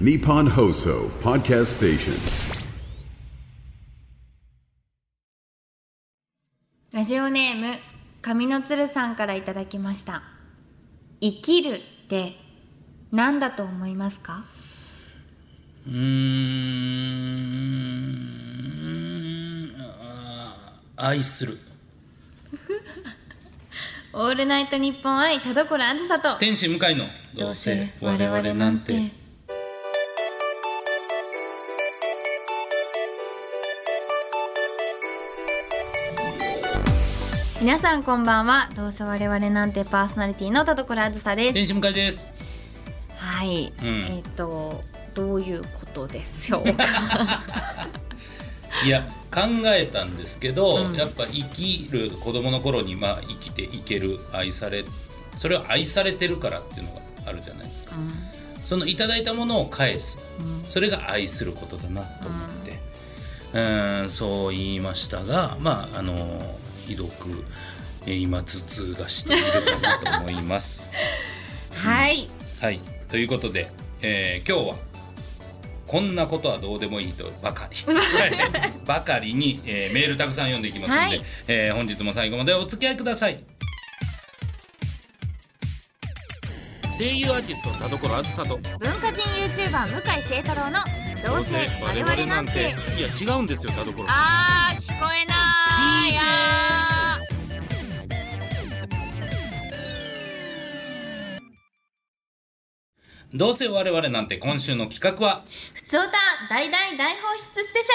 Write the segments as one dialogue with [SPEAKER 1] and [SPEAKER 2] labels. [SPEAKER 1] Nippon Hoso Podcast Station.
[SPEAKER 2] ラジオネーム紙の鶴さんからいただきました生きるって何だと思いますか
[SPEAKER 3] うーんあー愛する
[SPEAKER 2] オールナイトニッポン愛田所あずさと
[SPEAKER 3] 天使向かいのどうせ我々なんて
[SPEAKER 2] 皆さんこんばんはどうせ我々なんてパーソナリティの田所あずさです
[SPEAKER 3] 天使向かいです
[SPEAKER 2] はい、
[SPEAKER 3] うん
[SPEAKER 2] えっ、とどういうことでしょう か
[SPEAKER 3] いや考えたんですけど、やっぱ生きる子供の頃にまあ生きていける愛されそれは愛されてるからっていうのがあるじゃないですか、そのいただいたものを返す、それが愛することだなと思って、うーんそう言いましたがまああのひどくえー今頭痛がしているかなと思います。
[SPEAKER 2] はい
[SPEAKER 3] はい、ということで、えー今日はこんなことはどうでもいいとば かり ばかりに、えーメールたくさん読んでいきますので、
[SPEAKER 2] はい
[SPEAKER 3] えー本日も最後までお付き合いください声優アーティスト田所あずさと
[SPEAKER 2] 文化人 YouTuber 向井聖太郎の「どうせ我々なんて
[SPEAKER 3] いや違うんですよ田所」
[SPEAKER 2] あー聞こえないあー
[SPEAKER 3] どうせ我々なんて今週の企画は
[SPEAKER 2] ふつおた大大大放出スペシ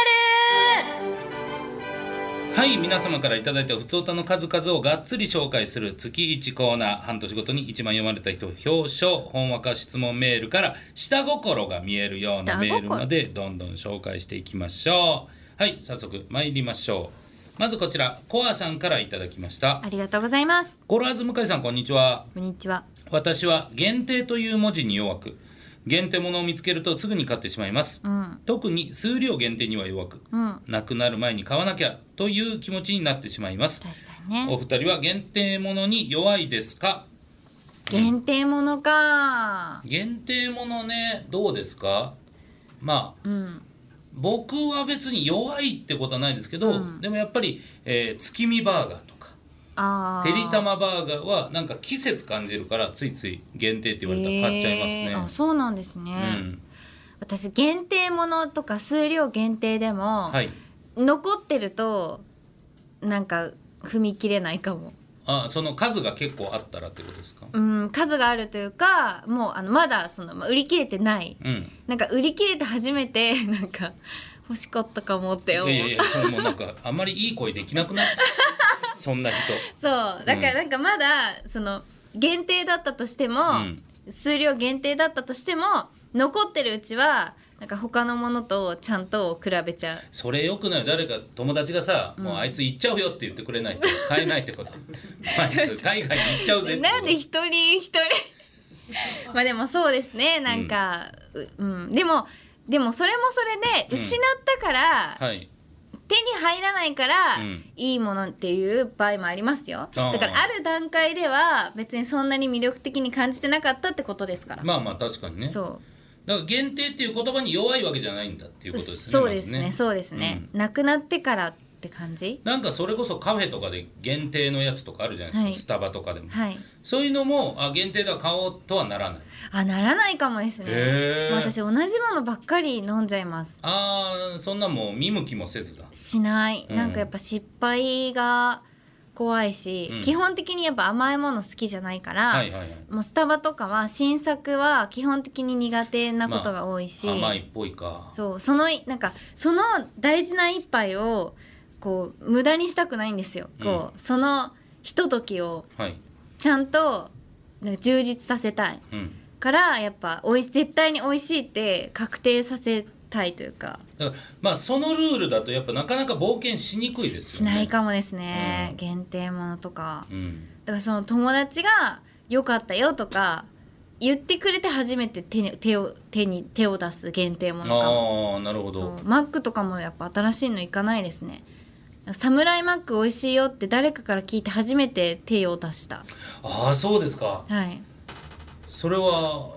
[SPEAKER 2] ャル
[SPEAKER 3] はい皆様からいただいた普通歌の数々をがっつり紹介する月1コーナー半年ごとに一番読まれた人表彰本話か質問メールから下心が見えるような
[SPEAKER 2] 下心
[SPEAKER 3] メールまでどんどん紹介していきましょうはい早速参りましょうまずこちらコアさんからいただきました
[SPEAKER 2] ありがとうございます
[SPEAKER 3] コロアーズ向井さんこんにちは
[SPEAKER 2] こんにちは
[SPEAKER 3] 私は限定という文字に弱く限定物を見つけるとすぐに買ってしまいます、特に数量限定には弱く、なくなる前に買わなきゃという気持ちになってしまいます
[SPEAKER 2] 確かにね
[SPEAKER 3] お二人は限定物に弱いですか
[SPEAKER 2] 限定ものか
[SPEAKER 3] 限定物ねどうですかまあ、僕は別に弱いってことはないですけど、でもやっぱり、えー月見バーガーとか
[SPEAKER 2] あー
[SPEAKER 3] てりたまバーガーはなんか季節感じるからついつい限定って言われたら買っちゃいますね、
[SPEAKER 2] えーあそうなんですね、
[SPEAKER 3] うん
[SPEAKER 2] 私限定ものとか数量限定でも、
[SPEAKER 3] はい
[SPEAKER 2] 残ってるとなんか踏み切れないかも
[SPEAKER 3] あその数が結構あったらってことですか、
[SPEAKER 2] うん数があるというかもうあのまだその、まあ、売り切れてない
[SPEAKER 3] うん、
[SPEAKER 2] なんか売り切れて初めて なんか欲しかったかもって思う
[SPEAKER 3] いやいやいやそれもうなんかあんまりいい声できなくない そんな人
[SPEAKER 2] そうだからなんかまだその限定だったとしても、
[SPEAKER 3] ん
[SPEAKER 2] 数量限定だったとしても残ってるうちはなんか他のものとちゃんと比べちゃう
[SPEAKER 3] それよくない誰か友達がさ、もうあいつ行っちゃうよって言ってくれないと買えないってこと あいつ海外に行っちゃうぜってこと
[SPEAKER 2] なんで一人一人 まあでもそうですねなんか、ううんでもでもそれもそれで失ったから、
[SPEAKER 3] はい
[SPEAKER 2] 手に入らないから、
[SPEAKER 3] うん
[SPEAKER 2] いいものっていう場合もありますよ
[SPEAKER 3] あー
[SPEAKER 2] だからある段階では別にそんなに魅力的に感じてなかったってことですから、
[SPEAKER 3] まあまあ確かにねだか
[SPEAKER 2] そ
[SPEAKER 3] ら限定っていう言葉に弱いわけじゃないんだっていう
[SPEAKER 2] う
[SPEAKER 3] ことですね
[SPEAKER 2] そうですね
[SPEAKER 3] まず
[SPEAKER 2] そうですね、なくなってからって感じ
[SPEAKER 3] なんかそれこそカフェとかで限定のやつとかあるじゃないですか、
[SPEAKER 2] はい
[SPEAKER 3] スタバとかでも、
[SPEAKER 2] はい
[SPEAKER 3] そういうのもあ限定では買おうとはならない
[SPEAKER 2] あならないかもです
[SPEAKER 3] へ
[SPEAKER 2] ね
[SPEAKER 3] ー
[SPEAKER 2] もう私同じものばっかり飲んじゃいます
[SPEAKER 3] あーそんなもう見向きもせずだ
[SPEAKER 2] しない、
[SPEAKER 3] うん
[SPEAKER 2] なんかやっぱ失敗が怖いし、
[SPEAKER 3] うん
[SPEAKER 2] 基本的にやっぱ甘いもの好きじゃないから、
[SPEAKER 3] はいはいはい
[SPEAKER 2] もうスタバとかは新作は基本的に苦手なことが多いし、
[SPEAKER 3] 甘いっぽいか
[SPEAKER 2] そうそのなんかその大事な一杯をこう無駄にしたくないんですよ、こうそのひとときを
[SPEAKER 3] はい
[SPEAKER 2] ちゃんとなんか充実させたい
[SPEAKER 3] うん
[SPEAKER 2] からやっぱおい絶対に美味しいって確定させたいというか
[SPEAKER 3] だからまあそのルールだとやっぱなかなか冒険しにくいです
[SPEAKER 2] し
[SPEAKER 3] よね
[SPEAKER 2] ないかもですね、
[SPEAKER 3] うん
[SPEAKER 2] 限定ものとか。
[SPEAKER 3] うん
[SPEAKER 2] だからその友達が「良かったよ」とか言ってくれて初めて手に手を手に手を出す限定ものかも
[SPEAKER 3] ああなるほど
[SPEAKER 2] そうマックとかもやっぱ新しいのいかないですねサムライマック美味しいよって誰かから聞いて初めて手を出した
[SPEAKER 3] ああそうですか
[SPEAKER 2] はい
[SPEAKER 3] それは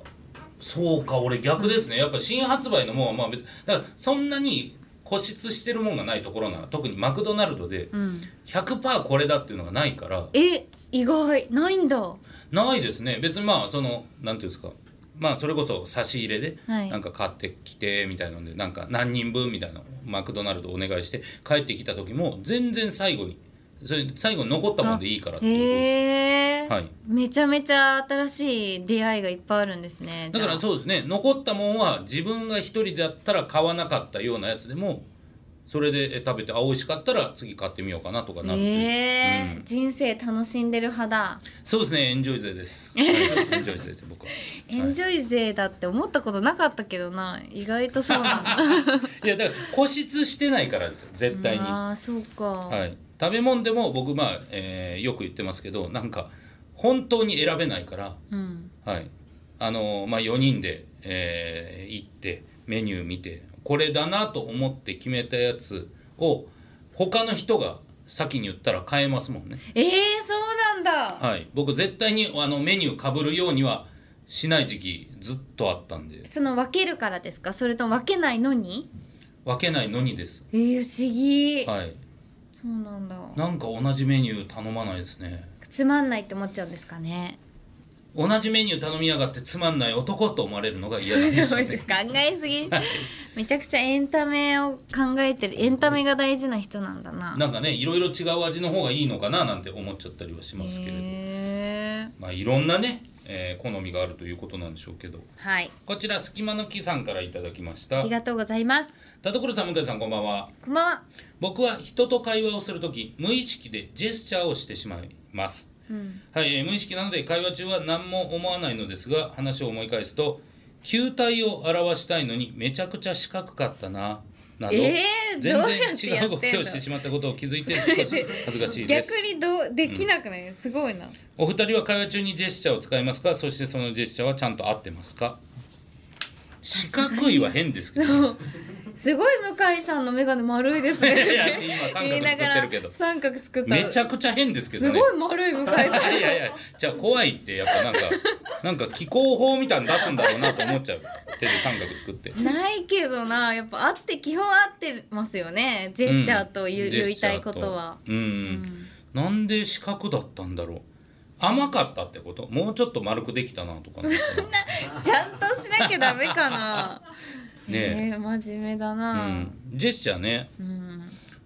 [SPEAKER 3] そうか俺逆ですねやっぱ新発売のもんはまあ別だからそんなに固執してるもんがないところなら特にマクドナルドで
[SPEAKER 2] うん、
[SPEAKER 3] 100%これだっていうのがないから
[SPEAKER 2] え意外ないんだは
[SPEAKER 3] ないですね別にまあそのなんていうんですかまあそれこそ差し入れで
[SPEAKER 2] はい
[SPEAKER 3] なんか買ってきてみたいなのでなんか何人分みたいなのをマクドナルドお願いして帰ってきた時も全然最後にそれ最後に残ったもんでいいからっていうことです
[SPEAKER 2] へえ、
[SPEAKER 3] はい
[SPEAKER 2] めちゃめちゃ新しい出会いがいっぱいあるんですね
[SPEAKER 3] だから
[SPEAKER 2] じゃ
[SPEAKER 3] そうですね残ったもんは自分が一人だったら買わなかったようなやつでもそれでえ食べてあ美味しかったら次買ってみようかなとか
[SPEAKER 2] あ
[SPEAKER 3] なるっていう
[SPEAKER 2] へえ、
[SPEAKER 3] うん
[SPEAKER 2] 人生楽しんでる派だ
[SPEAKER 3] そうですねエンジョイ勢です、はいエンジョイ勢です僕は
[SPEAKER 2] エンジョイ勢だって思ったことなかったけどな意外とそうなんだ
[SPEAKER 3] いやだから固執してないからですよ絶対に、は
[SPEAKER 2] ああそうか、
[SPEAKER 3] い、食べ物でも僕まあ、えーよく言ってますけどなんか本当に選べないから
[SPEAKER 2] うん、
[SPEAKER 3] はいあのまあ、4人で、えー行ってメニュー見てこれだなと思って決めたやつを他の人が先に言ったら買えますもんね、
[SPEAKER 2] ええそうなんだ、
[SPEAKER 3] はい、僕絶対にあのメニューかぶるようにはしない時期ずっとあったんで
[SPEAKER 2] その分けるからですかそれとも分けないのに
[SPEAKER 3] 分けないのにです、
[SPEAKER 2] えー、不思議、
[SPEAKER 3] はい、
[SPEAKER 2] そうなんだ
[SPEAKER 3] なんか同じメニュー頼まないですね
[SPEAKER 2] つまんないって思っちゃうんですかね
[SPEAKER 3] 同じメニュー頼みやがってつまんない男と思われるのが嫌
[SPEAKER 2] 考
[SPEAKER 3] な
[SPEAKER 2] え
[SPEAKER 3] んですよ
[SPEAKER 2] す
[SPEAKER 3] ね
[SPEAKER 2] ぎめちゃくちゃエンタメを考えてるエンタメが大事な人なんだな
[SPEAKER 3] なんかねいろいろ違う味の方がいいのかななんて思っちゃったりはしますけれど、
[SPEAKER 2] へえ
[SPEAKER 3] まあ、いろんなね、えー好みがあるということなんでしょうけど
[SPEAKER 2] はい
[SPEAKER 3] こちら隙間の木さんからいただきまし
[SPEAKER 2] あ
[SPEAKER 3] た
[SPEAKER 2] りがとうございます
[SPEAKER 3] 田所さん向井さんこんばんは
[SPEAKER 2] こんばんは
[SPEAKER 3] 僕は人と会話をするとき無意識でジェスチャーをしてしまいます、はい、えー無意識なので会話中は何も思わないのですが話を思い返すと球体を表したいのにめちゃくちゃ四角かったななど、
[SPEAKER 2] えーどうやってや
[SPEAKER 3] 全
[SPEAKER 2] ってん
[SPEAKER 3] 然
[SPEAKER 2] の
[SPEAKER 3] 違う動きをしてしまったことを気づいて少し恥ずかしいです
[SPEAKER 2] 逆にどうできなくない、すごいな
[SPEAKER 3] お二人は会話中にジェスチャーを使いますかそしてそのジェスチャーはちゃんと合ってますか四角いは変ですけど、ね、
[SPEAKER 2] すごい向井さんの眼鏡丸いですね
[SPEAKER 3] いやいや今三角
[SPEAKER 2] 言いながら
[SPEAKER 3] 作ってるけど
[SPEAKER 2] 三角作った
[SPEAKER 3] めちゃくちゃ変ですけど
[SPEAKER 2] す
[SPEAKER 3] ね
[SPEAKER 2] ごい丸い向井さん
[SPEAKER 3] いやいやじゃあ怖いってやっぱなんかなんか気候法みたいなの出すんだろうなと思っちゃう手で三角作って
[SPEAKER 2] ないけどなやっぱあって基本合ってますよねジェスチャーと言,、う
[SPEAKER 3] ジェ
[SPEAKER 2] 言い
[SPEAKER 3] スチャ
[SPEAKER 2] たい
[SPEAKER 3] ー
[SPEAKER 2] ことは
[SPEAKER 3] うん、なんで四角だったんだろう甘かったってこともうちょっと丸くできたなとかなんかなね
[SPEAKER 2] ちゃんとしなきゃダメか な
[SPEAKER 3] え
[SPEAKER 2] えー真面目だ
[SPEAKER 3] う、
[SPEAKER 2] なん
[SPEAKER 3] ジェスチャーね、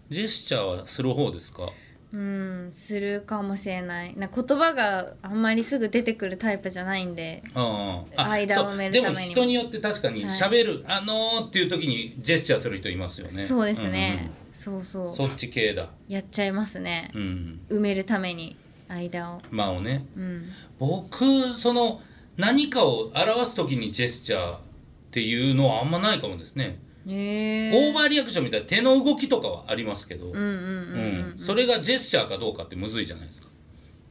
[SPEAKER 3] ジェスチャーはする方ですか
[SPEAKER 2] うん、するかもしれないな言葉があんまりすぐ出てくるタイプじゃないんで
[SPEAKER 3] あああ
[SPEAKER 2] 間を埋めるためにも
[SPEAKER 3] そうでも人によって確かに喋る、あのーっていう時にジェスチャーする人いますよね
[SPEAKER 2] そうですね、そうそう
[SPEAKER 3] うんそっち系だ
[SPEAKER 2] やっちゃいますね
[SPEAKER 3] う、ん
[SPEAKER 2] 埋めるために間を
[SPEAKER 3] 間をね
[SPEAKER 2] うん
[SPEAKER 3] 僕その何かを表す時にジェスチャーっていうのはあんまないかもですね、
[SPEAKER 2] え
[SPEAKER 3] オーバーリアクションみたいな手の動きとかはありますけどうんそれがジェスチャーかどうかってむずいじゃないですか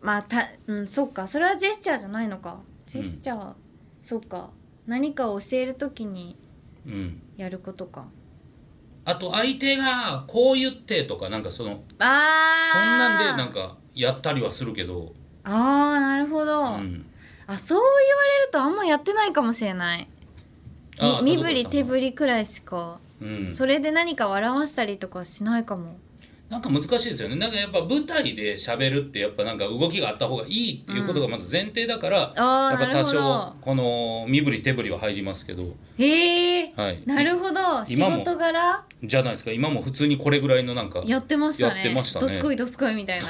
[SPEAKER 2] まあたうんそっかそれはジェスチャーじゃないのかジェスチャー、そっか何かを教えるときに
[SPEAKER 3] うん
[SPEAKER 2] やることか
[SPEAKER 3] あと相手がこう言ってとかなんかその
[SPEAKER 2] あー
[SPEAKER 3] そんなんでなんかやったりはするけど、
[SPEAKER 2] あーなるほど、
[SPEAKER 3] うん、
[SPEAKER 2] あそう言われるとあんまやってないかもしれない
[SPEAKER 3] あ
[SPEAKER 2] み身
[SPEAKER 3] 田所さ
[SPEAKER 2] 振
[SPEAKER 3] ん
[SPEAKER 2] り
[SPEAKER 3] は
[SPEAKER 2] 手振りくらいしか、
[SPEAKER 3] うん
[SPEAKER 2] それで何か笑わしたりとかしないかも
[SPEAKER 3] なんか難しいですよねなんかやっぱ舞台で喋るってやっぱなんか動きがあった方がいいっていうことがまず前提だから、
[SPEAKER 2] あー
[SPEAKER 3] やっ
[SPEAKER 2] な
[SPEAKER 3] ぱ
[SPEAKER 2] る
[SPEAKER 3] 多
[SPEAKER 2] ほど
[SPEAKER 3] 少この身振り手振りは入りますけど
[SPEAKER 2] へえ、
[SPEAKER 3] はい
[SPEAKER 2] なるほど仕
[SPEAKER 3] 今も
[SPEAKER 2] 事柄
[SPEAKER 3] じゃないですか今も普通にこれぐらいのなんか
[SPEAKER 2] やってましたね
[SPEAKER 3] やってましたね
[SPEAKER 2] どすこいどすこいみたいな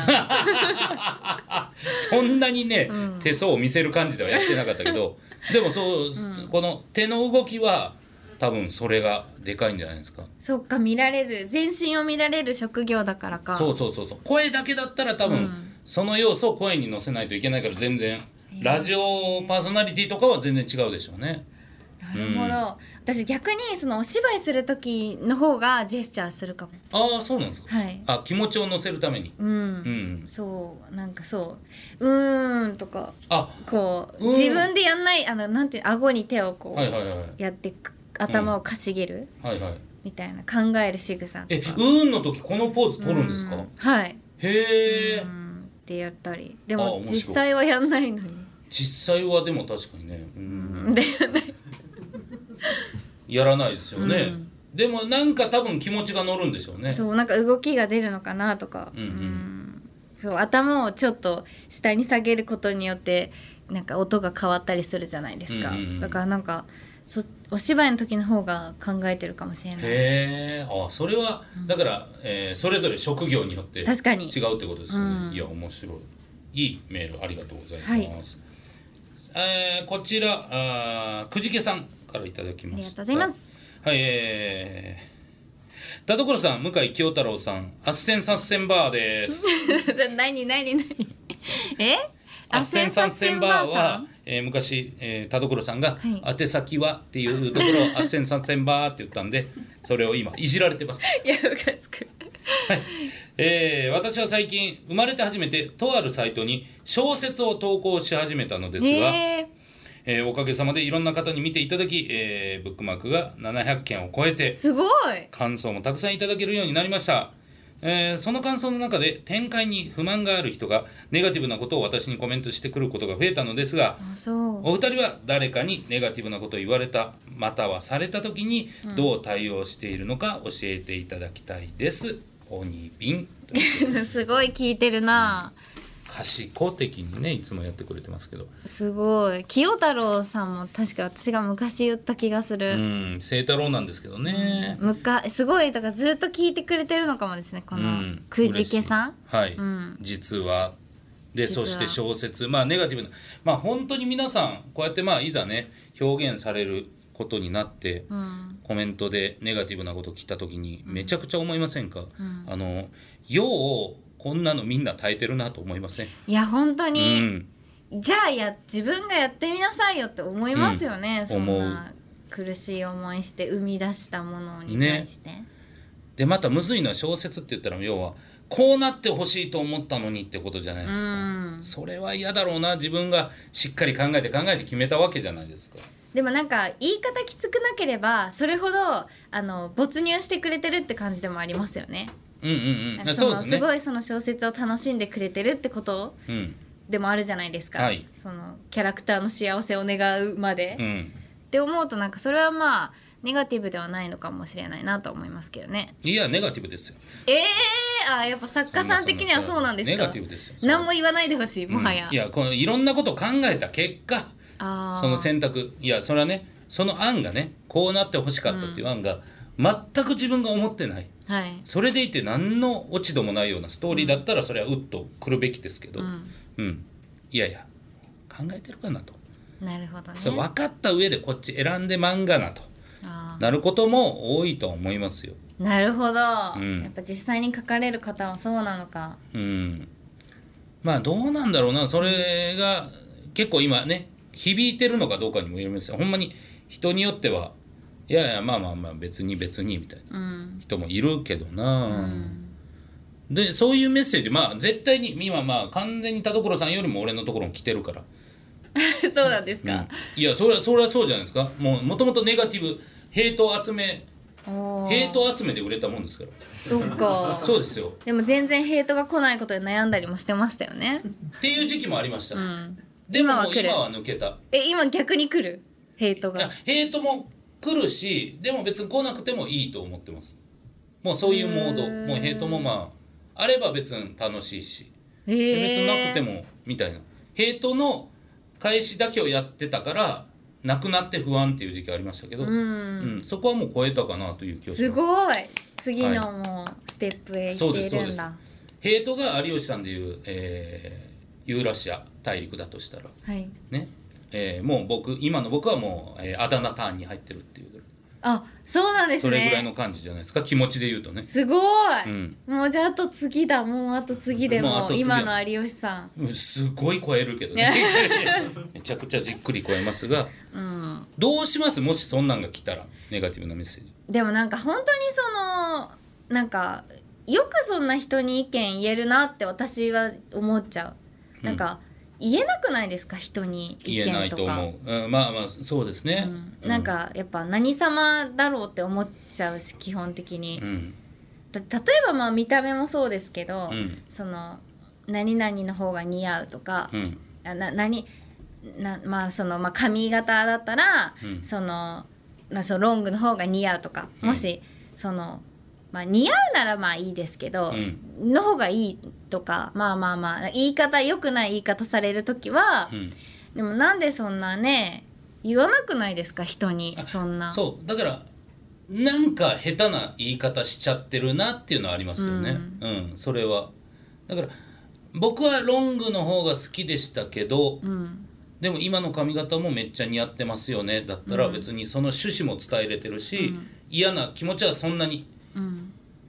[SPEAKER 3] そんなにね、手相を見せる感じではやってなかった けどでもそう、この手の動きは多分それがでかいんじゃないですか
[SPEAKER 2] そっか見られる全身を見られる職業だからか
[SPEAKER 3] そうそうそうそう声だけだったら多分、その要素を声に乗せないといけないから全然ラジオパーソナリティとかは全然違うでしょうね。
[SPEAKER 2] なるほど、私逆にそのお芝居する時の方がジェスチャーするかも
[SPEAKER 3] ああそうなんですか。
[SPEAKER 2] はい
[SPEAKER 3] あ気持ちを乗せるために。
[SPEAKER 2] うん、
[SPEAKER 3] うん。
[SPEAKER 2] そうなんかそううーんとか
[SPEAKER 3] あ
[SPEAKER 2] こう
[SPEAKER 3] うん
[SPEAKER 2] 自分でやんないあのなんていう顎に手をこう、
[SPEAKER 3] はいはいはい
[SPEAKER 2] やってく頭をかしげる
[SPEAKER 3] はいはい。
[SPEAKER 2] みたいな考える仕草とか
[SPEAKER 3] えうーんの時このポーズ取るんですか。
[SPEAKER 2] はい
[SPEAKER 3] へえ
[SPEAKER 2] う。んってやったりで
[SPEAKER 3] あ
[SPEAKER 2] も
[SPEAKER 3] 面白い
[SPEAKER 2] 実際はやんないのに
[SPEAKER 3] 実際はでも確かにね。うん。
[SPEAKER 2] で
[SPEAKER 3] やらないですよね、でもなんか多分気持ちが乗るんでしょうね
[SPEAKER 2] そうなんか動きが出るのかなとか、
[SPEAKER 3] うんうん
[SPEAKER 2] んそう頭をちょっと下に下げることによってなんか音が変わったりするじゃないですか、
[SPEAKER 3] うんうんうん
[SPEAKER 2] だからなんかそお芝居の時の方が考えてるかもしれない
[SPEAKER 3] へえあそれはだから、えーそれぞれ職業によって違う
[SPEAKER 2] 確かに
[SPEAKER 3] ってことですよね、
[SPEAKER 2] うん
[SPEAKER 3] いや面白いいいメールありがとうございます、えーこちらあーくじけさんからいただき
[SPEAKER 2] あ
[SPEAKER 3] ました
[SPEAKER 2] りがとうございます
[SPEAKER 3] はいえー、田所さん向井清太郎さんあっせんさっせんバーです
[SPEAKER 2] 何何何え
[SPEAKER 3] あっせんさっせんバー
[SPEAKER 2] さ
[SPEAKER 3] は
[SPEAKER 2] ん、
[SPEAKER 3] えー昔、えー田所さんが
[SPEAKER 2] は
[SPEAKER 3] 「宛先は?」っていうところを「あっせんさっせんバー」って言ったんでそれを今いじられてます
[SPEAKER 2] いやムカつく
[SPEAKER 3] えー私は最近生まれて初めてとあるサイトに小説を投稿し始めたのですが、え
[SPEAKER 2] え
[SPEAKER 3] ーおかげさまでいろんな方に見ていただき、えーブックマークが700件を超えて
[SPEAKER 2] ー、すごい
[SPEAKER 3] 感想もたくさんいただけるようになりました、えーその感想の中で展開に不満がある人がネガティブなことを私にコメントしてくることが増えたのですが
[SPEAKER 2] あそう
[SPEAKER 3] お二人は誰かにネガティブなことを言われたまたはされた時にどう対応しているのか教えていただきたい です。オニビンという
[SPEAKER 2] すごい聞いてるな、
[SPEAKER 3] 賢的にねいつもやってくれてますけど
[SPEAKER 2] すごい清太郎さんも確か私が昔言った気がす
[SPEAKER 3] う
[SPEAKER 2] る、
[SPEAKER 3] ん清太郎なんですけどね
[SPEAKER 2] むかすごいだからずっと聞いてくれてるのかもですねこ
[SPEAKER 3] う
[SPEAKER 2] のくじけさん、
[SPEAKER 3] 嬉しいはい、
[SPEAKER 2] ん
[SPEAKER 3] 実はで
[SPEAKER 2] 実は
[SPEAKER 3] そして小説まあネガティブなまあ本当に皆さんこうやってまあいざね表現されることになって、コメントでネガティブなこと来た時にめちゃくちゃ思いませんか、あのようこんなのみんな耐えてるなと思いません、
[SPEAKER 2] いや本当
[SPEAKER 3] う
[SPEAKER 2] に、
[SPEAKER 3] ん、
[SPEAKER 2] じゃあや自分がやってみなさいよって思いますよね、
[SPEAKER 3] うん
[SPEAKER 2] そん
[SPEAKER 3] 思う
[SPEAKER 2] な苦しい思いして生み出したものに対して、
[SPEAKER 3] でまたむずいのは小説って言ったら要はこうなってほしいと思ったのにってことじゃないですか、それは嫌だろうな自分がしっかり考えて考えて決めたわけじゃないですか
[SPEAKER 2] でもなんか言い方きつくなければそれほどあの没入してくれてるって感じでもありますよね
[SPEAKER 3] うんうんうん
[SPEAKER 2] そ
[SPEAKER 3] そう
[SPEAKER 2] の
[SPEAKER 3] ですすね
[SPEAKER 2] ごいその小説を楽しんでくれてるってこと
[SPEAKER 3] うん
[SPEAKER 2] でもあるじゃないですか、
[SPEAKER 3] はい
[SPEAKER 2] そのキャラクターの幸せを願うまで、
[SPEAKER 3] う
[SPEAKER 2] っ
[SPEAKER 3] ん
[SPEAKER 2] て思うとなんかそれはまあネガティブではないのかもしれないなと思いますけどね
[SPEAKER 3] いやネガティブですよ
[SPEAKER 2] えー、あーやっぱ作家さん的にはそうなんですか
[SPEAKER 3] ネガティブですよそれ
[SPEAKER 2] 何も言わないでほしいもはや、
[SPEAKER 3] いやこのいろんなことを考えた結果
[SPEAKER 2] あー
[SPEAKER 3] その選択いやそれはねその案がねこうなってほしかったっていう案が全く自分が思ってない
[SPEAKER 2] はい
[SPEAKER 3] それでいて何の落ち度もないようなストーリーだったらそれはうっとくるべきですけど、うんいやいや考えてるかなと、
[SPEAKER 2] なるほどね
[SPEAKER 3] それ分かった上でこっち選んで漫画なと
[SPEAKER 2] あ
[SPEAKER 3] なることも多いと思いますよ。
[SPEAKER 2] ーなるほど、
[SPEAKER 3] ん
[SPEAKER 2] やっぱ実際に書かれる方はそうなのか
[SPEAKER 3] うん、まあどうなんだろうなそれが結構今ね響いてるのかどうかにもよりますよほんまに人によってはいやいやまあまあまあ別に別にみたいな
[SPEAKER 2] うん
[SPEAKER 3] 人もいるけどな、でそういうメッセージまあ絶対に今まあ完全に田所さんよりも俺のところに来てるから、
[SPEAKER 2] そうなんです
[SPEAKER 3] うん
[SPEAKER 2] か、
[SPEAKER 3] いやそれはそれはそうじゃないですかもうもともとネガティブヘイトを集め
[SPEAKER 2] おー
[SPEAKER 3] ヘイト集めで売れたもんですから
[SPEAKER 2] そっか
[SPEAKER 3] そうですよ
[SPEAKER 2] でも全然ヘイトが来ないことに悩んだりもしてましたよね
[SPEAKER 3] っていう時期もありました、でも
[SPEAKER 2] 今は
[SPEAKER 3] もう
[SPEAKER 2] 来る
[SPEAKER 3] 今は抜けた
[SPEAKER 2] え今逆に来るヘイト
[SPEAKER 3] いや
[SPEAKER 2] が
[SPEAKER 3] ヘイトも来るしでも別に来なくてもいいと思ってますもうそういうモードもうヘイトもまああれば別に楽しいし
[SPEAKER 2] え
[SPEAKER 3] で
[SPEAKER 2] ー、
[SPEAKER 3] 別になくてもみたいなヘイトの返しだけをやってたからなくなって不安っていう時期ありましたけど、うんそこはもう超えたかなという気がし
[SPEAKER 2] す
[SPEAKER 3] ます
[SPEAKER 2] ごい次のもうステップへ
[SPEAKER 3] そう
[SPEAKER 2] 行
[SPEAKER 3] です
[SPEAKER 2] け
[SPEAKER 3] そう
[SPEAKER 2] る
[SPEAKER 3] で
[SPEAKER 2] ん
[SPEAKER 3] す
[SPEAKER 2] だ、
[SPEAKER 3] ヘイトが有吉さんでいう、えーユーラシア大陸だとしたら
[SPEAKER 2] はい
[SPEAKER 3] ね、えーもう僕今の僕はもう、えーあだ名ターンに入ってるっていうぐらい
[SPEAKER 2] あそうなんですね
[SPEAKER 3] それぐらいの感じじゃないですか気持ちで言うとね
[SPEAKER 2] すごい、
[SPEAKER 3] うん
[SPEAKER 2] もうじゃああと次だもうあと次で
[SPEAKER 3] もうあ
[SPEAKER 2] も
[SPEAKER 3] と
[SPEAKER 2] う
[SPEAKER 3] 次
[SPEAKER 2] 今の有吉さん
[SPEAKER 3] うんすごい超えるけどね めちゃくちゃじっくり超えますが、どうしますもしそんなんが来たらネガティブなメッセージ
[SPEAKER 2] でもなんか本当にそのなんかよくそんな人に意見言えるなって私は思っちゃうなんか、言えなくないですか人に意見と
[SPEAKER 3] 言
[SPEAKER 2] か
[SPEAKER 3] えないと思う、うん、まあまあそうですね、う
[SPEAKER 2] なんかやっぱ何様だろうって思っちゃうし基本的に、
[SPEAKER 3] うん
[SPEAKER 2] だ例えばまあ見た目もそうですけど、
[SPEAKER 3] うん
[SPEAKER 2] その何々の方が似合うとか、
[SPEAKER 3] うん
[SPEAKER 2] あな何なまあそのまあ髪型だったら、そのまあ、そのロングの方が似合うとか、もしその、まあ、似合うならまあいいですけど、の方がいいとかまあまあまあ言い方良くない言い方される時は、
[SPEAKER 3] うん
[SPEAKER 2] でもなんでそんなね言わなくないですか人に
[SPEAKER 3] あ
[SPEAKER 2] そんな。
[SPEAKER 3] そうだからなんか下手な言い方しちゃってるなっていうのはありますよねうん、それはだから僕はロングの方が好きでしたけど、でも今の髪型もめっちゃ似合ってますよねだったら別にその趣旨も伝えれてるし、嫌な気持ちはそんなに、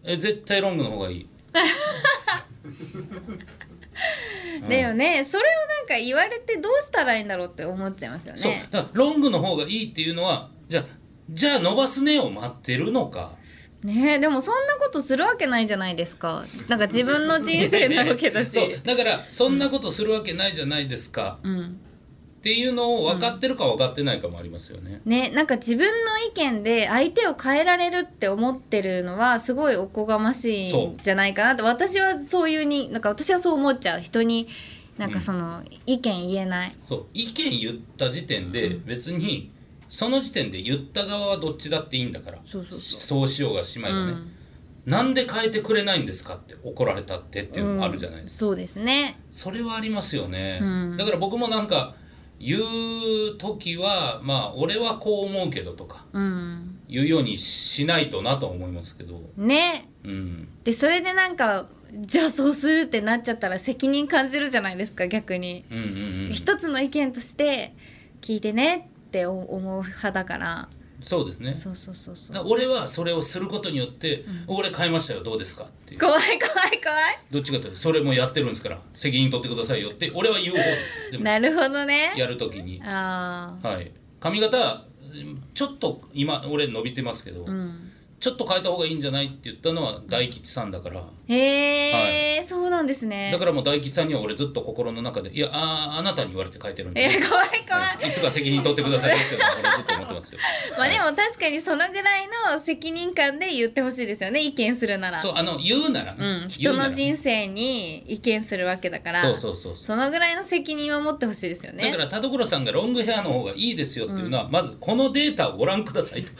[SPEAKER 3] え絶対ロングの方がいい
[SPEAKER 2] だよねそれをなんか言われてどうしたらいいんだろうって思っちゃいますよ
[SPEAKER 3] そう
[SPEAKER 2] ね。
[SPEAKER 3] だからロングの方がいいっていうのはじゃあじゃあ伸ばすねを待ってるのか
[SPEAKER 2] ねえでもそんなことするわけないじゃないですか。なんか自分の人生なわけだし。
[SPEAKER 3] そうだからそんなことするわけないじゃないですか、っていうのを分かってるか分かってないかもありますよね、
[SPEAKER 2] ね、なんか自分の意見で相手を変えられるって思ってるのはすごいおこがましいんじゃないかなと私はそういうになんか私はそう思っちゃう人になんかその、意見言えない
[SPEAKER 3] そう意見言った時点で別にその時点で言った側はどっちだっていいんだから
[SPEAKER 2] そうそうそう
[SPEAKER 3] しようがしまいがね、なんで変えてくれないんですかって怒られたってっていうのもあるじゃないですか、
[SPEAKER 2] そうですね
[SPEAKER 3] それはありますよね、だから僕もなんか言う時はまあ俺はこう思うけどとか
[SPEAKER 2] うん
[SPEAKER 3] 言うようにしないとなとは思いますけど
[SPEAKER 2] ね
[SPEAKER 3] うん
[SPEAKER 2] でそれでなんかじゃあそうするってなっちゃったら責任感じるじゃないですか逆に、
[SPEAKER 3] うんうんうん
[SPEAKER 2] 一つの意見として聞いてねって思う派だから
[SPEAKER 3] そうですね
[SPEAKER 2] そうそうそうそう
[SPEAKER 3] だから俺はそれをすることによって、俺変えましたよどうですかっていう
[SPEAKER 2] 怖い怖い怖い
[SPEAKER 3] どっちかというとそれもやってるんですから責任取ってくださいよって俺は言う方ですでも
[SPEAKER 2] なるほどね
[SPEAKER 3] やるときに
[SPEAKER 2] ああ
[SPEAKER 3] はい髪型ちょっと今俺伸びてますけど、ちょっと変えた方がいいんじゃないって言ったのは大吉さんだから
[SPEAKER 2] へえ、そうなんですね
[SPEAKER 3] だからもう大吉さんには俺ずっと心の中でいやあーあなたに言われて変えてるんで、
[SPEAKER 2] えー怖い怖い、
[SPEAKER 3] はいいつか責任取ってくださいよっていうのは俺ずっと思っ てますよ
[SPEAKER 2] まあでも確かにそのぐらいの責任感で言ってほしいですよね意見するなら
[SPEAKER 3] そうあの言うならね、
[SPEAKER 2] うん、
[SPEAKER 3] 言
[SPEAKER 2] 人
[SPEAKER 3] うなら
[SPEAKER 2] の
[SPEAKER 3] ね
[SPEAKER 2] 人生に意見するわけだから
[SPEAKER 3] そうそうそうそう
[SPEAKER 2] そのぐらいの責任は持ってほしいですよね
[SPEAKER 3] だから田所さんがロングヘアの方がいいですよっていうのは、まずこのデータをご覧ください と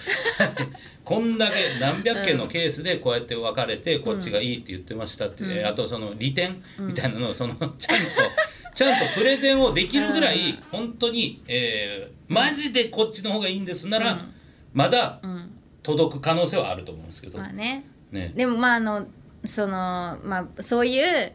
[SPEAKER 3] こんだけ何百件のケースでこうやって分かれてこっちがいいって言ってましたって、あとその利点みたいなのをそ のちゃんとちゃんとプレゼンをできるぐらい本当に、えーマジでこっちの方がいいんですなら、まだ届く可能性はあると思うんですけど、
[SPEAKER 2] まあね
[SPEAKER 3] ね
[SPEAKER 2] でもまああのそのまあそういう例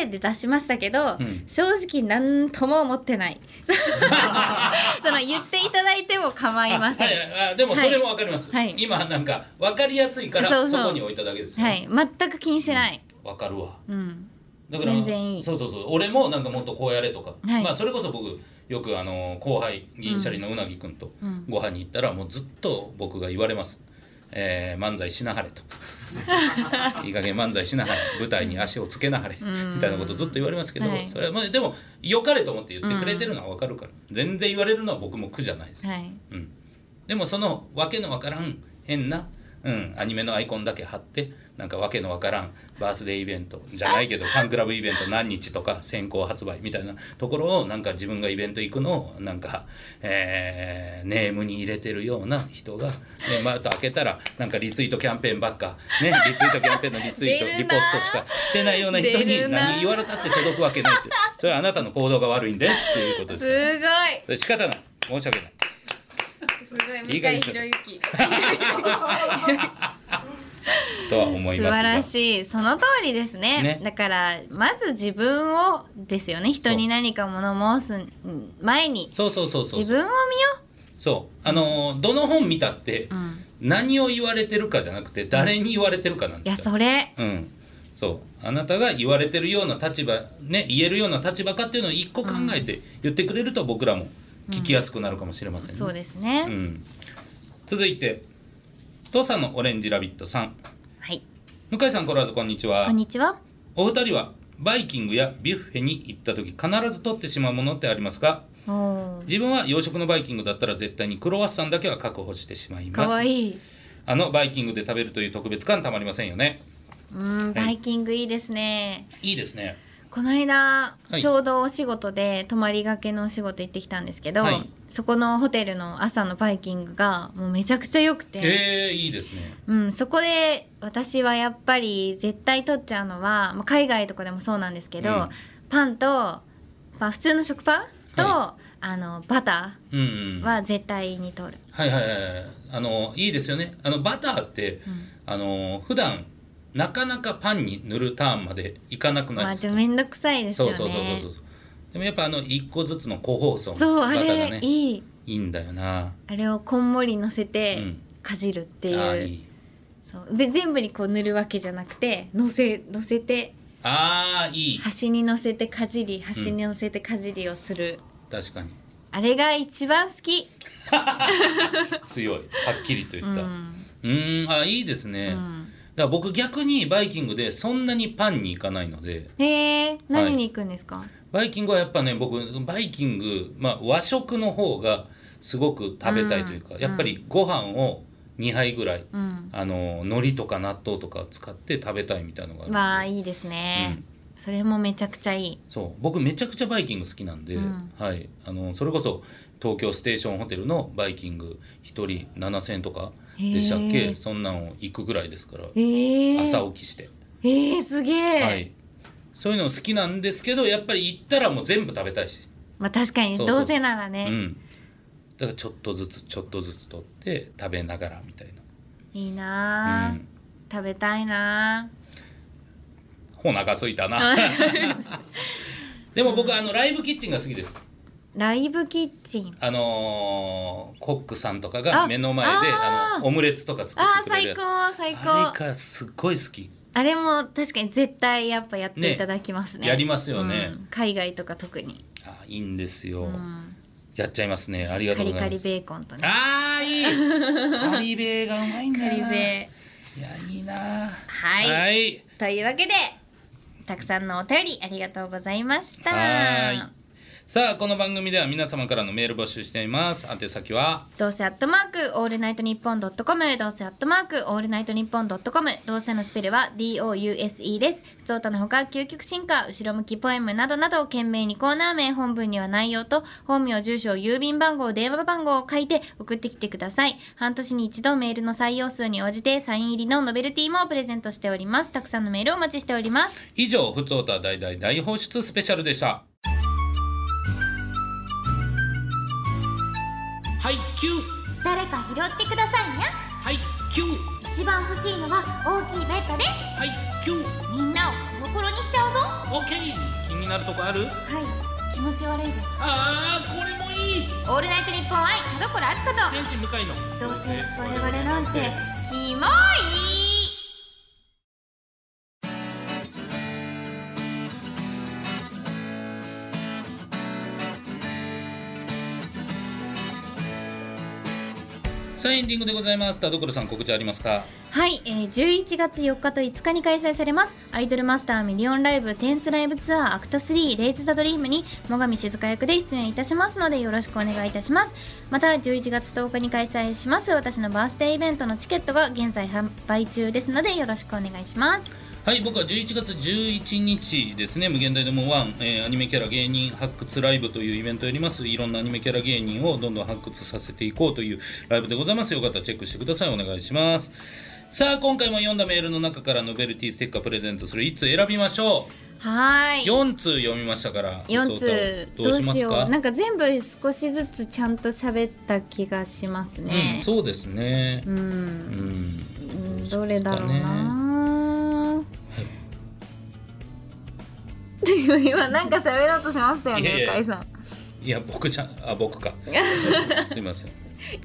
[SPEAKER 2] えで出しましたけど、
[SPEAKER 3] ん
[SPEAKER 2] 正直何とも思ってない その言っていただいても構いません
[SPEAKER 3] はいはいあでもそれも分かります、
[SPEAKER 2] はい
[SPEAKER 3] 今なんか分かりやすいから
[SPEAKER 2] そう
[SPEAKER 3] そ
[SPEAKER 2] そう
[SPEAKER 3] こに置いただけですよね
[SPEAKER 2] はい、全く気にしてない。
[SPEAKER 3] わかるわ、
[SPEAKER 2] ん
[SPEAKER 3] だから
[SPEAKER 2] 全然いい
[SPEAKER 3] そうそうそう俺もなんかもっとこうやれとか、
[SPEAKER 2] はい
[SPEAKER 3] まあそれこそ僕よくあの後輩銀シャリのうなぎくんとご飯に行ったらもうずっと僕が言われます、えー漫才しなはれと いい加減漫才しなはれ舞台に足をつけなはれみたいなことずっと言われますけど、
[SPEAKER 2] はい
[SPEAKER 3] それはまあでも良かれと思って言ってくれてるのはわかるから、全然言われるのは僕も苦じゃないです、
[SPEAKER 2] はい。
[SPEAKER 3] うん、でもそのわけのわからん変な、うん、アニメのアイコンだけ貼ってなんかわけのわからんバースデーイベントじゃないけどファンクラブイベント何日とか先行発売みたいなところをなんか自分がイベント行くのをなんか、えーネームに入れてるような人が、ね、また開けたらなんかリツイートキャンペーンばっか、ね、 リツイートキャンペーンのリツイート
[SPEAKER 2] 出るな
[SPEAKER 3] リポストしかしてないような人
[SPEAKER 2] 出
[SPEAKER 3] に
[SPEAKER 2] るな
[SPEAKER 3] 何言われたって届くわけない ってそれはあなたの行動が悪いんですっていうことですすから
[SPEAKER 2] ごい。
[SPEAKER 3] それ仕方ない申し訳ない。
[SPEAKER 2] すごい。
[SPEAKER 3] い
[SPEAKER 2] 向
[SPEAKER 3] い加減
[SPEAKER 2] 井
[SPEAKER 3] にしなさ
[SPEAKER 2] 博
[SPEAKER 3] い
[SPEAKER 2] 之。
[SPEAKER 3] とは思 い
[SPEAKER 2] 素
[SPEAKER 3] ますが
[SPEAKER 2] 晴らしい。その通りですね。
[SPEAKER 3] ね
[SPEAKER 2] だから、まず自分をですよね。人に何か物申すうん前に。
[SPEAKER 3] そうそうそうそう
[SPEAKER 2] 自分を見よ
[SPEAKER 3] そうあのーどの本見たって、何を言われてるかじゃなくて誰に言われてるかなん
[SPEAKER 2] う。い
[SPEAKER 3] で
[SPEAKER 2] や、
[SPEAKER 3] すよ、
[SPEAKER 2] それ。
[SPEAKER 3] うんそうあなたが言われてるような立場ね言えるような立場かっていうのを一個考えて言ってくれると僕らも聞きやすくなるかもしれませんね、
[SPEAKER 2] そうですね。
[SPEAKER 3] うん続いて土佐のオレンジラビットさん
[SPEAKER 2] はい。
[SPEAKER 3] 向井さんコラーズこんにちは
[SPEAKER 2] こんにちは。
[SPEAKER 3] お二人はバイキングやビュッフェに行った時必ず取ってしまうものってありますか
[SPEAKER 2] おお。
[SPEAKER 3] 自分は洋食のバイキングだったら絶対にクロワッサンだけは確保してしまいま
[SPEAKER 2] か
[SPEAKER 3] す
[SPEAKER 2] わいい。
[SPEAKER 3] あのバイキングで食べるという特別感たまりませんよね
[SPEAKER 2] うん、バイキングいいですね。
[SPEAKER 3] いいですね
[SPEAKER 2] この間、
[SPEAKER 3] はい
[SPEAKER 2] ちょうどお仕事で泊まりがけのお仕事行ってきたんですけど、
[SPEAKER 3] はい
[SPEAKER 2] そこのホテルの朝のバイキングがもうめちゃくちゃ良くて、
[SPEAKER 3] えー、いいですね
[SPEAKER 2] うん、そこで私はやっぱり絶対取っちゃうのは、まあ、海外とかでもそうなんですけど、
[SPEAKER 3] うん
[SPEAKER 2] パンと、まあ、普通の食パンと、
[SPEAKER 3] は
[SPEAKER 2] あのバタ
[SPEAKER 3] うん、うん
[SPEAKER 2] ー、は絶対に取る、
[SPEAKER 3] はいはいはいはいあのいいですよねあのバターって、あの普段なかなかパンに塗るターンまでいかなくない
[SPEAKER 2] ま
[SPEAKER 3] で
[SPEAKER 2] あ
[SPEAKER 3] す
[SPEAKER 2] ち
[SPEAKER 3] か、
[SPEAKER 2] ょっと面倒くさいですよ
[SPEAKER 3] そう
[SPEAKER 2] ね
[SPEAKER 3] そうそうそうそうでもやっぱあの一個ずつの個包装
[SPEAKER 2] そう
[SPEAKER 3] の
[SPEAKER 2] あ
[SPEAKER 3] バターが
[SPEAKER 2] れ、
[SPEAKER 3] ねい
[SPEAKER 2] いい
[SPEAKER 3] いんだよな
[SPEAKER 2] あれをこんもり乗せ
[SPEAKER 3] う
[SPEAKER 2] て
[SPEAKER 3] ん
[SPEAKER 2] かじるって
[SPEAKER 3] あ
[SPEAKER 2] いう,、
[SPEAKER 3] ーいい
[SPEAKER 2] そうで全部にこう塗るわけじゃなくて乗せ乗せて
[SPEAKER 3] あーいい
[SPEAKER 2] 端に乗せてかじり端に乗せてかじりをする、
[SPEAKER 3] 確かに
[SPEAKER 2] あれが一番好き
[SPEAKER 3] 強いはっきりと言ったうんーんあいいですね、だから僕逆にバイキングでそんなにパンに行かないので
[SPEAKER 2] へえ何に行くんですか、
[SPEAKER 3] バイキングはやっぱね僕バイキング、まあ、和食の方がすごく食べたいというか、やっぱりご飯を2杯ぐらい、あの海苔とか納豆とかを使って食べたいみたいなのがある
[SPEAKER 2] まあいいですね、それもめちゃくちゃいい
[SPEAKER 3] そう僕めちゃくちゃバイキング好きなんで、はい、あのそれこそ東京ステーションホテルのバイキング1人7,000円とかでしたっ
[SPEAKER 2] へ
[SPEAKER 3] け
[SPEAKER 2] ー
[SPEAKER 3] そんなんを行くぐらいですから、
[SPEAKER 2] ええ
[SPEAKER 3] 朝起きして、
[SPEAKER 2] ええすげえ、
[SPEAKER 3] はい、そういうの好きなんですけどやっぱり行ったらもう全部食べたいし。
[SPEAKER 2] まあ確かに
[SPEAKER 3] そうそう
[SPEAKER 2] どうせならね
[SPEAKER 3] うん、だからちょっとずつちょっとずつ取って食べながらみたいない
[SPEAKER 2] いなあ、
[SPEAKER 3] うん
[SPEAKER 2] 食べたいなあ
[SPEAKER 3] お腹空いたな でも僕あのライブキッチンが好きです
[SPEAKER 2] ライブキッチン
[SPEAKER 3] あのーコックさんとか
[SPEAKER 2] あ
[SPEAKER 3] が目の前で
[SPEAKER 2] あー
[SPEAKER 3] あのオムレツとか作
[SPEAKER 2] あー
[SPEAKER 3] ってくれ
[SPEAKER 2] 最
[SPEAKER 3] るやつ
[SPEAKER 2] 高最
[SPEAKER 3] あ
[SPEAKER 2] 高
[SPEAKER 3] れがすっごい好き
[SPEAKER 2] あれも確かに絶対やっぱやっていただきますね
[SPEAKER 3] ねやりますよね
[SPEAKER 2] ん海外とか特に
[SPEAKER 3] あいいんですよ、やっちゃいますねありがと
[SPEAKER 2] カ
[SPEAKER 3] うご
[SPEAKER 2] リ
[SPEAKER 3] ざ
[SPEAKER 2] カ
[SPEAKER 3] いま
[SPEAKER 2] リ
[SPEAKER 3] す
[SPEAKER 2] ベーコンとね
[SPEAKER 3] あー いいカリベーがうまいんだ
[SPEAKER 2] カ
[SPEAKER 3] よ
[SPEAKER 2] リ
[SPEAKER 3] な
[SPEAKER 2] ベ
[SPEAKER 3] いやいいな
[SPEAKER 2] ーはい、
[SPEAKER 3] はい
[SPEAKER 2] というわけでたくさんのお便りありがとうございました
[SPEAKER 3] はいさあこの番組では皆様からのメール募集しています宛先は
[SPEAKER 2] どうせアットマークオールナイトニッポンドットコムどうせアットマークオールナイトニッポンドットコムどうせのスペルは DOUSE です普通歌のほか究極進化後ろ向きポエムなどなど懸命にコーナー名本文には内容と本名住所郵便番号電話番号を書いて送ってきてください半年に一度メールの採用数に応じてサイン入りのノベルティもプレゼントしておりますたくさんのメールをお待ちしております
[SPEAKER 3] 以上「ふつおた大大大放出スペシャル」でしたはいキュー
[SPEAKER 2] 誰か拾ってくださいね
[SPEAKER 3] はいキュー
[SPEAKER 2] 一番欲しいのは大きいベッドです
[SPEAKER 3] はいキュー
[SPEAKER 2] みんなをコロコロにしちゃうぞは
[SPEAKER 3] オッケー気になるとこある
[SPEAKER 2] い気持ち悪いです
[SPEAKER 3] あーこれもいい
[SPEAKER 2] オールナイトニッポン愛田所あずさ
[SPEAKER 3] 天使向かいの
[SPEAKER 2] とどうせ我々なんてキモい
[SPEAKER 3] さあエンディングでございます田所さん告知ありますか
[SPEAKER 2] はい、えー、11月4日と5日に開催されますアイドルマスターミリオンライブテンスライブツアーアクト3レイズ・ザ・ドリームに最上静香役で出演いたしますのでよろしくお願いいたしますまた11月10日に開催します私のバースデーイベントのチケットが現在販売中ですのでよろしくお願いします
[SPEAKER 3] はい僕は11月11日ですね無限大でもワン、えーアニメキャラ芸人発掘ライブというイベントをやりますいろんなアニメキャラ芸人をどんどん発掘させていこうというライブでございますよかったらチェックしてくださいお願いしますさあ今回も読んだメールの中からノベルティステッカープレゼントする1通選びましょ
[SPEAKER 2] は
[SPEAKER 3] う
[SPEAKER 2] い
[SPEAKER 3] 4通読みましたから
[SPEAKER 2] 4つ
[SPEAKER 3] 普通歌を
[SPEAKER 2] ど
[SPEAKER 3] ど
[SPEAKER 2] う
[SPEAKER 3] うしま
[SPEAKER 2] し
[SPEAKER 3] す
[SPEAKER 2] よ
[SPEAKER 3] か
[SPEAKER 2] うなんか全部少しずつちゃんと喋った気がします
[SPEAKER 3] う
[SPEAKER 2] ね
[SPEAKER 3] ん、そうですねうん、
[SPEAKER 2] うんどれだろうな今なんか喋ろうとしましたよ
[SPEAKER 3] いやい
[SPEAKER 2] ね
[SPEAKER 3] や
[SPEAKER 2] かいさん
[SPEAKER 3] いや僕じゃあ 僕かすいません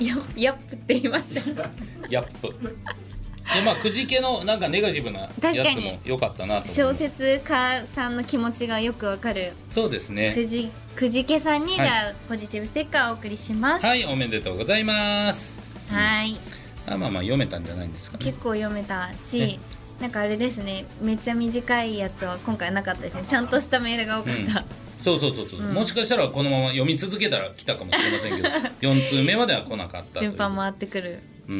[SPEAKER 2] ややっぷって言いました
[SPEAKER 3] やっプでまあくじけのなんかネガティブなや
[SPEAKER 2] 確か
[SPEAKER 3] つ
[SPEAKER 2] に
[SPEAKER 3] も良かったなと思
[SPEAKER 2] 小
[SPEAKER 3] う
[SPEAKER 2] 説家さんの気持ちがよくわかる
[SPEAKER 3] そうです
[SPEAKER 2] く
[SPEAKER 3] ね
[SPEAKER 2] じくじけさんにじ
[SPEAKER 3] はい
[SPEAKER 2] ゃあポジティブステッカーをお送りします
[SPEAKER 3] はいおめでとうございます
[SPEAKER 2] はい
[SPEAKER 3] あまあまあ読めたんじゃないんですかね
[SPEAKER 2] 結構読めたし
[SPEAKER 3] ね
[SPEAKER 2] なんかあれですねめっちゃ短いやつは今回なかったですねちゃんとしたメールが多かった、
[SPEAKER 3] そうそうそうそう、もしかしたらこのまま読み続けたら来たかもしれませんけ ど4通目までは来なかったという
[SPEAKER 2] 順番回ってくる。うん、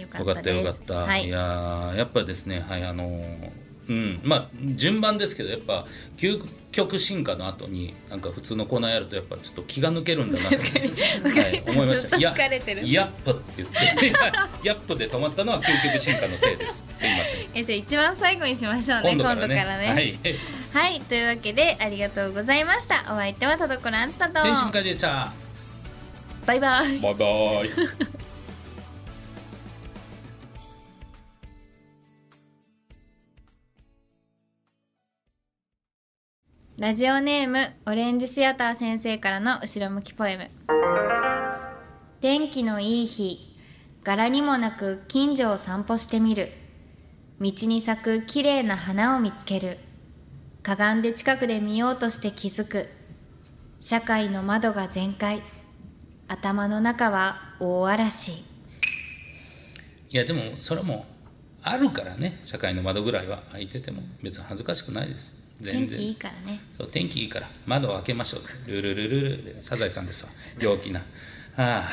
[SPEAKER 2] よか
[SPEAKER 3] よ
[SPEAKER 2] っ
[SPEAKER 3] か
[SPEAKER 2] た
[SPEAKER 3] っ
[SPEAKER 2] で
[SPEAKER 3] た
[SPEAKER 2] す。
[SPEAKER 3] よかった、、
[SPEAKER 2] はいい。
[SPEAKER 3] やーやっぱですねはいあのーうん、まあ順番ですけどやっぱ究極進化の後になんか普通のコーナーやるとやっぱちょっと気が抜けるんだなってはい、思いまし
[SPEAKER 2] ず
[SPEAKER 3] た
[SPEAKER 2] っと
[SPEAKER 3] いや
[SPEAKER 2] 疲れてる
[SPEAKER 3] やっぱって言っていややっぱで止まったのは究極進化のせいですすいません
[SPEAKER 2] えじゃあ一番最後にしましょうね
[SPEAKER 3] 今度からね
[SPEAKER 2] はい、というわけでありがとうございましたお相手は田所あずさと
[SPEAKER 3] はい、天心会でした
[SPEAKER 2] バイバイ
[SPEAKER 3] バイバイ
[SPEAKER 2] ラジオネームオレンジシアター先生からの後ろ向きポエム天気のいい日柄にもなく近所を散歩してみる道に咲く綺麗な花を見つけるかがんで近くで見ようとして気づく社会の窓が全開頭の中は大嵐
[SPEAKER 3] いやでもそれもあるからね社会の窓ぐらいは開いてても別に恥ずかしくないです
[SPEAKER 2] 天
[SPEAKER 3] 全然
[SPEAKER 2] 気いいからね
[SPEAKER 3] そう天気いいから窓を開けましょうってルルルルルルサザエさんですわ陽気なああ